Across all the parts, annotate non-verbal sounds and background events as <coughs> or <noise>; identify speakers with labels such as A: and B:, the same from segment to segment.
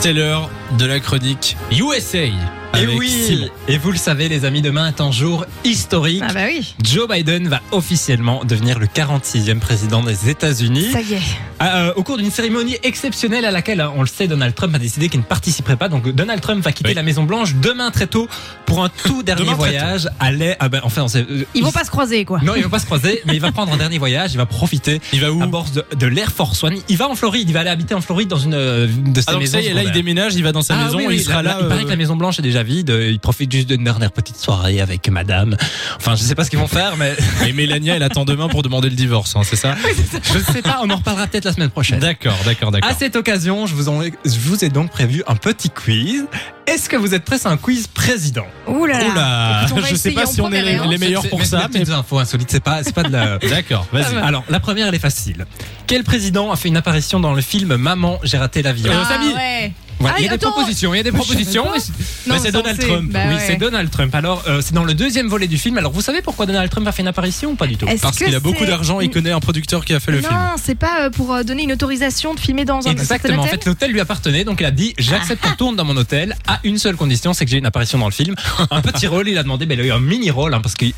A: C'est l'heure de la chronique USA.
B: Et
A: avec
B: Eh oui,
A: Simon.
B: et vous le savez les amis, demain est un jour historique.
C: Ah bah oui,
B: Joe Biden va officiellement devenir le 46e président des États-Unis.
C: ça y est.
B: Euh, au cours d'une cérémonie exceptionnelle à laquelle, hein, on le sait, Donald Trump a décidé qu'il ne participerait pas. Donc Donald Trump va quitter
A: Oui.
B: la Maison Blanche demain très tôt pour un
A: <coughs>
B: tout dernier
A: Demain très
B: voyage. À l'est- ah ben, enfin, on sait, euh,
C: Ils
B: il-
C: vont pas se croiser quoi.
B: Non, ils vont pas se croiser, mais il va prendre un dernier voyage. Il va profiter
A: Il va où
B: à bord de, de l'Air Force One. Il va en Floride. Il va aller habiter en Floride dans une euh, de ces
A: Ah donc
B: maisons.
A: ça y est, là il
B: secondaires.
A: déménage, il va dans sa
B: Ah
A: maison,
B: oui,
A: et
B: oui,
A: il sera
B: la-
A: là.
B: la- il paraît
A: euh,
B: que la Maison Blanche est déjà vide. euh, Il profite juste d'une dernière petite soirée avec Madame. Enfin, je sais pas ce qu'ils vont
A: <laughs>
B: faire, mais
A: Et Mélania, elle attend demain pour demander le divorce, hein, c'est ça
B: je sais pas. On en reparlera peut-être la semaine prochaine.
A: D'accord, d'accord, d'accord.
B: À cette occasion, je vous, en ai- je vous ai donc prévu un petit quiz. Est-ce que vous êtes prêts à un quiz président
C: Ouh là là.
A: Oula,
C: Écoute, on
A: Ah. je
C: va
A: sais
C: essayer
A: pas si
C: en
A: on est
C: premier,
A: les,
C: hein.
A: les meilleurs
B: C'est-
A: pour
B: mais c'est
A: ça,
B: des
A: mais
B: petites infos insolites, c'est pas, c'est pas de la.
A: <laughs>
B: Ah,
A: d'accord, vas-y.
C: va.
B: Alors, la première, elle est facile. Quel président a fait une apparition dans le film Maman, j'ai raté l'avion
A: Ah, Samy.
C: ouais.
B: Voilà,
C: Ah,
B: il y a des
C: attends.
B: propositions, il y a des
C: savais
B: propositions.
C: pas.
B: mais c'est-
C: Non,
B: mais c'est
C: ça, on
B: Donald
C: sait.
B: Trump.
C: Bah
B: oui,
C: ouais.
B: c'est Donald Trump. Alors, euh, c'est dans le deuxième volet du film. Alors, vous savez pourquoi Donald Trump a fait une apparition ou pas du tout
C: Est-ce
A: Parce
C: que
A: qu'il a beaucoup
C: c'est
A: d'argent, il
C: une-
A: connaît un producteur qui a fait le
C: non,
A: film.
C: c'est pas euh, pour euh, donner une autorisation de filmer dans un
B: Exactement. En
C: certain hôtel
B: fait, l'hôtel lui appartenait, donc il a
C: Ah.
B: dit j'accepte qu'on tourne dans mon hôtel à une seule condition, c'est que j'ai une apparition dans le
C: <laughs>
B: film. Un petit rôle, il a demandé, ben, il a eu un mini rôle parce qu'on y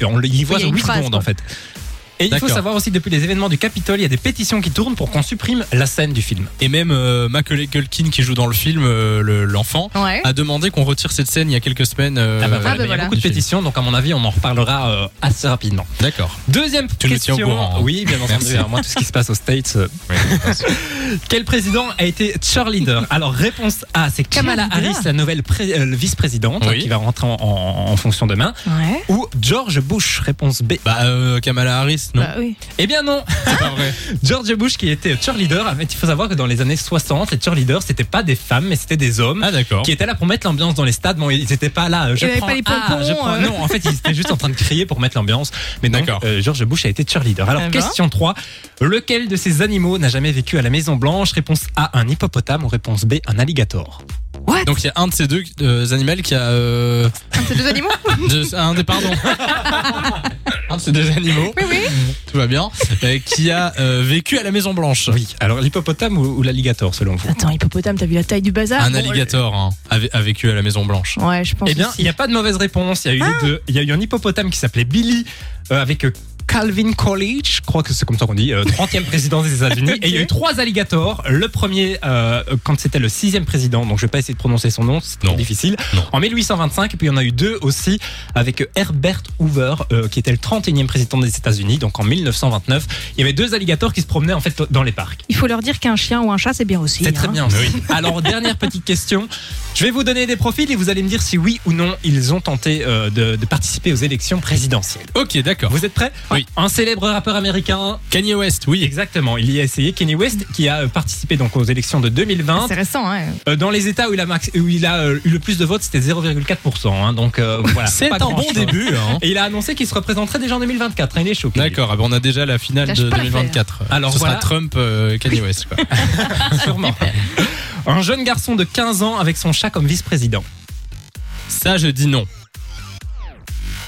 B: voit
C: il y a
B: en
C: une
B: 8
C: phrase,
B: secondes
C: quoi.
B: en fait. Et il faut
A: D'accord.
B: savoir aussi depuis les événements du Capitole, il y a des pétitions qui tournent pour qu'on supprime la scène du film.
A: Et même euh, Macaulay Culkin qui joue dans le film, euh, le- l'enfant,
C: Ouais.
A: a demandé qu'on retire cette scène il y a quelques semaines. euh,
B: Ah bah voilà,
C: Ah bah
B: mais il y a
C: voilà.
B: beaucoup de pétitions, donc à mon avis, on en reparlera euh, assez rapidement.
A: D'accord.
B: Deuxième
A: Tu nous
B: question.
A: tiens au courant, hein.
B: Oui, bien entendu.
A: Merci.
B: Alors, moi, tout ce qui se passe aux States. euh,
A: Oui,
B: <laughs> Quel président a été cheerleader Alors, réponse A, c'est Kamala
C: Cheerleader
B: Harris, la nouvelle pré- euh, vice-présidente,
A: Oui.
B: hein, qui va rentrer en, en- en fonction demain.
C: Ouais.
B: Ou George Bush, réponse B.
A: Bah euh, Kamala Harris, non
C: Bah oui.
B: Eh bien non, <laughs>
A: C'est pas vrai.
B: George Bush qui était cheerleader, en fait, il faut savoir que dans les années 60, les cheerleaders, c'était pas des femmes, mais c'était des hommes.
A: Ah d'accord.
B: qui étaient là pour mettre l'ambiance dans les stades. Bon, ils étaient pas là. euh, Je
C: Il y avait
B: prends
C: pas les
B: A,
C: pompons,
B: je prends-
C: euh.
B: Non, en fait, ils étaient juste en train de crier pour mettre l'ambiance. Mais donc,
A: D'accord.
B: euh, George Bush a été cheerleader. Alors,
C: Eh ben.
B: question 3. Lequel de ces animaux n'a jamais vécu à la Maison Blanche Réponse A, un hippopotame ou réponse B, un alligator
C: What
A: Donc il y a un de ces deux euh, animaux qui a euh,
C: C'est deux animaux
A: de- un des pardon. un de ces deux Ah, animaux.
C: Oui, oui.
A: Tout va bien. euh, qui a euh, vécu à la Maison Blanche.
B: Oui. Alors, l'hippopotame ou, ou l'alligator, selon vous
C: <laughs> Attends, hippopotame, t'as vu la taille du bazar
A: Un
C: Bon,
A: alligator hein, a, vé- a vécu à la Maison Blanche.
C: euh, Ouais, je pense.
B: Eh bien, il
C: aussi.
B: n'y a pas de mauvaise réponse. Il y a eu les deux. Il y a eu un hippopotame qui s'appelait Billy euh, avec euh, Calvin College, je crois que c'est comme ça qu'on dit, euh, 30e président des États-Unis. Et il y a eu trois alligators. Le premier, euh, quand c'était le sixième président, donc je vais pas essayer de prononcer son nom, c'est trop
A: Non.
B: difficile.
A: Non.
B: En 1825, et puis il y en a eu deux aussi avec euh, Herbert Hoover, euh, qui était le 31e président des États-Unis. Donc en 1929, il y avait deux alligators qui se promenaient en fait dans les parcs.
C: Il faut leur dire qu'un chien ou un chat, c'est bien aussi.
B: C'est très
C: hein.
B: bien. Alors, dernière petite question. Je vais vous donner des profils et vous allez me dire si oui ou non ils ont tenté euh, de, de participer aux élections présidentielles.
A: Ok, d'accord.
B: Vous êtes prêts
A: Oui.
B: Un célèbre rappeur américain.
A: Kanye West, oui.
B: Exactement, il y a essayé Kenny West qui a euh, participé donc aux élections de 2020.
C: C'est récent, hein.
B: Euh, dans les États où il a, max- où il a euh, eu le plus de votes, c'était 0,4%. hein.
A: <laughs>
B: donc euh, voilà.
A: C'est
B: Pas
A: un bon
B: grand-chose.
A: début. Hein.
B: Et il a annoncé qu'il se représenterait déjà en 2024. hein. il est chaud. Kenny.
A: D'accord, ah bah on a déjà la finale
C: Lâche
A: de
C: pas l'affaire.
A: 2024.
B: Alors
A: Ce
B: voilà.
A: sera Trump, euh, Kanye West. Quoi.
B: sûrement. Un jeune garçon de 15 ans avec son chat comme vice-président.
A: <laughs> Ça, je dis non.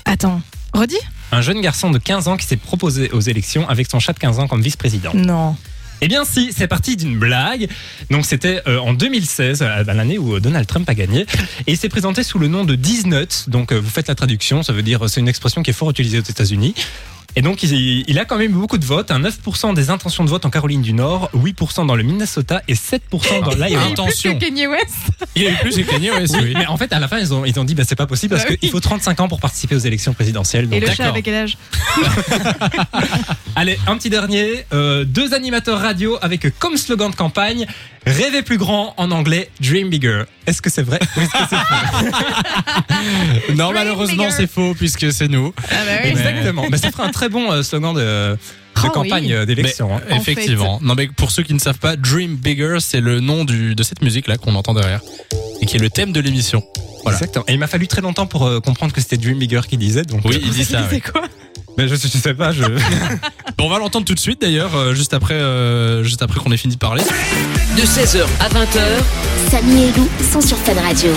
C: Attends. Redis
B: Un jeune garçon de 15 ans qui s'est proposé aux élections avec son chat de 15 ans comme vice-président.
C: Non.
B: Eh bien si, c'est parti d'une blague. Donc c'était euh, en 2016, euh, ben, l'année où euh, Donald Trump a gagné, et il s'est présenté sous le nom de Disnut. Donc euh, vous faites la traduction, ça veut dire euh, c'est une expression qui est fort utilisée aux États-Unis. Et donc il, il a quand même eu beaucoup de votes, hein, 9% des intentions de vote en Caroline du Nord, 8% dans le Minnesota et 7% dans
C: Il y a eu
B: l'Iowa.
C: plus
A: Intention.
C: que Kanye West.
A: Il y a eu plus que Kanye West,
B: Oui,
A: oui.
B: mais en fait, à la fin, ils ont, ils ont dit bah, c'est pas possible parce
C: Bah oui.
B: qu'il faut 35 ans pour participer aux élections présidentielles. Donc,
C: Et le chat
B: d'accord.
C: avec quel âge
B: Allez, un petit dernier. Euh, deux animateurs radio avec euh, comme slogan de campagne Rêvez plus grand en anglais, Dream Bigger. Est-ce que c'est vrai ou est-ce que c'est faux
A: Non,
C: Dream
A: malheureusement,
C: bigger.
A: c'est faux puisque c'est nous.
C: Ah bah <laughs> oui.
B: Exactement. Bah, ça fera un très bon euh, slogan de, de
C: Ah oui.
B: campagne euh, d'élection. hein.
A: Mais,
C: En
A: effectivement. Non, mais pour ceux qui ne savent pas, Dream Bigger, c'est le nom du, de cette musique là qu'on entend derrière et qui est le thème de l'émission. voilà.
B: Exactement. Et il m'a fallu très longtemps pour euh, comprendre que c'était Dream Bigger qui disait. Donc,
A: Oui, il dit ça.
C: C'est
A: oui.
C: quoi
B: euh, <laughs> mais je, je sais pas. Je...
A: Bon, on va l'entendre tout de suite d'ailleurs, euh, juste après, euh, juste après qu'on ait fini de parler.
D: De 16h à 20h,
E: Samy et Lou sont sur Fan Radio.